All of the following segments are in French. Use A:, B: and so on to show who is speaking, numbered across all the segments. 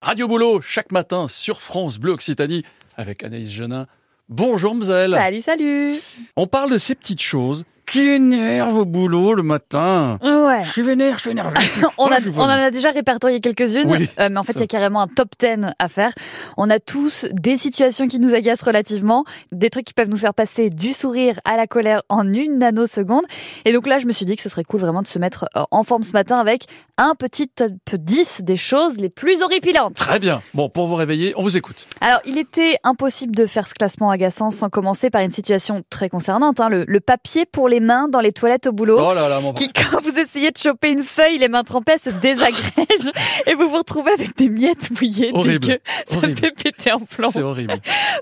A: Radio Boulot, chaque matin sur France Bleu Occitanie, avec Anaïs Genin. Bonjour Mzel.
B: Salut, salut
A: On parle de ces petites choses qui énervent au boulot le matin.
B: Ouais.
A: Je suis vénère, je suis énervé.
B: On,
A: Ah,
B: a-
A: je suis
B: on en
A: venu.
B: a déjà répertorié quelques-unes,
A: Oui,
B: euh, mais en fait, il y
A: ça.
B: a carrément un top 10 à faire. On a tous des situations qui nous agacent relativement, des trucs qui peuvent nous faire passer du sourire à la colère en une nanoseconde. Et donc là, je me suis dit que ce serait cool vraiment de se mettre euh, en forme ce matin avec un petit top 10 des choses les plus horripilantes.
A: Très bien. Bon, pour vous réveiller, on vous écoute.
B: Alors, il était impossible de faire ce classement agaçant sans commencer par une situation très concernante, hein, le, le papier pour les mains dans les toilettes au boulot.
A: Oh là là, mon
B: qui, quand vous essayez de choper une feuille, les mains trempées elles se désagrègent et vous vous retrouvez avec des miettes mouillées.
A: Horrible.
B: dégueu. Ça
A: Horrible.
B: fait péter un plomb.
A: C'est horrible.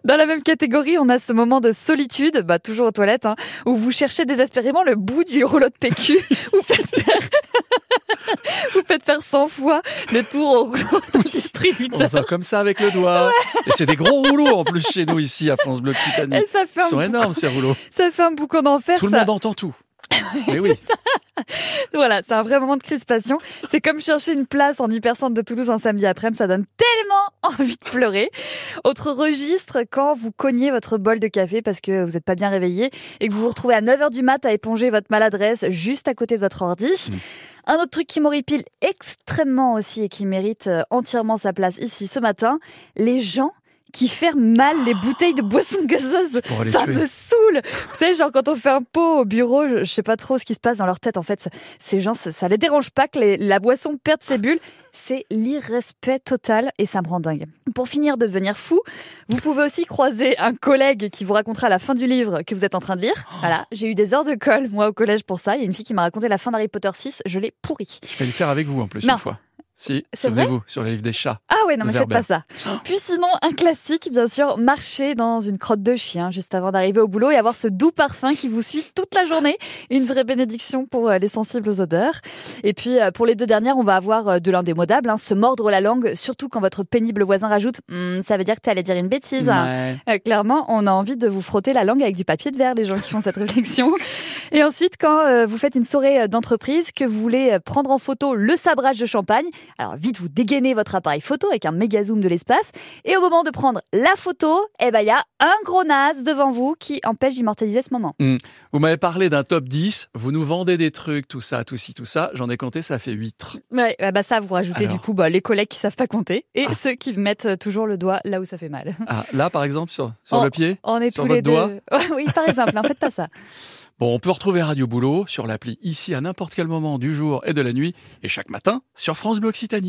B: Dans la même catégorie, on a ce moment de solitude, bah, toujours aux toilettes, hein, où vous cherchez désespérément le bout du rouleau de PQ. vous faites faire... vous faites faire 100 fois le tour au rouleau dans le
A: On
B: distributeur.
A: sort comme ça avec le doigt. Et c'est des gros rouleaux en plus chez nous ici à France Bleu Occitanie.
B: Et ça
A: Oh, Ils
B: fait, un
A: sont
B: bouc-
A: énormes ces rouleaux.
B: ça fait un boucan d'enfer,
A: Tout le
B: ça.
A: monde entend tout. Mais oui.
B: Voilà, c'est un vrai moment de crispation. C'est comme chercher une place en hypercentre de Toulouse un samedi après-midi, ça donne tellement envie de pleurer. Autre registre, quand vous cognez votre bol de café parce que vous n'êtes pas bien réveillé et que vous vous retrouvez à 9h du mat à éponger votre maladresse juste à côté de votre ordi. Un autre truc qui m'horripile extrêmement aussi et qui mérite euh, entièrement sa place ici ce matin, les gens qui ferment mal les bouteilles de boissons gazeuses.
A: Pour les
B: Ça
A: tuer.
B: me saoule. Vous savez, genre quand on fait un pot au bureau, je, je sais pas trop ce qui se passe dans leur tête. En fait, c- ces gens, ça, ça les dérange pas que les- la boisson perde ses bulles. C'est l'irrespect total et ça me rend dingue. Pour finir de devenir fou, vous pouvez aussi croiser un collègue qui vous racontera la fin du livre que vous êtes en train de lire. Voilà, j'ai eu des heures de colle, moi, au collège pour ça. Il y a une fille qui m'a raconté la fin d'Harry Potter 6, je l'ai pourrie.
A: Je vais le faire avec vous en plus
B: Non.
A: une fois. Si,
B: C'est vrai
A: souvenez-vous, sur le livre des chats.
B: Ah ouais, non, mais faites
A: Verbal.
B: pas ça. Puis sinon, un classique, bien sûr, marcher dans une crotte de chien juste avant d'arriver au boulot et avoir ce doux parfum qui vous suit toute la journée. Une vraie bénédiction pour euh, les sensibles aux odeurs. Et puis, euh, pour les deux dernières, on va avoir euh, de l'indémodable, hein, se mordre la langue, surtout quand votre pénible voisin rajoute Hum, ça veut dire que t'allais dire une bêtise. hein.
A: Ouais.
B: Euh, clairement, on a envie de vous frotter la langue avec du papier de verre, les gens qui font cette réflexion. Et ensuite, quand euh, vous faites une soirée euh, d'entreprise, que vous voulez euh, prendre en photo le sabrage de champagne, alors vite vous dégainez votre appareil photo avec un méga zoom de l'espace. Et au moment de prendre la photo, eh ben il y a un gros naze devant vous qui empêche d'immortaliser ce moment.
A: Vous m'avez parlé d'un top 10, vous nous vendez des trucs, tout ça, tout ci, tout ça. J'en ai compté, ça fait 8.
B: Ouais, bah, bah, ça vous rajoutez
A: Alors.
B: du coup bah, les collègues qui savent pas compter et
A: Ah.
B: ceux qui mettent euh, toujours le doigt là où ça fait mal.
A: Ah, là, par exemple, sur, sur
B: Oh.
A: le pied.
B: On est
A: Sur
B: tous
A: votre
B: les deux.
A: doigt
B: oui, par exemple, en faites pas ça.
A: Bon, on peut retrouver Radio Boulot sur l'appli ici à n'importe quel moment du jour et de la nuit, et chaque matin sur France Bleu Occitanie.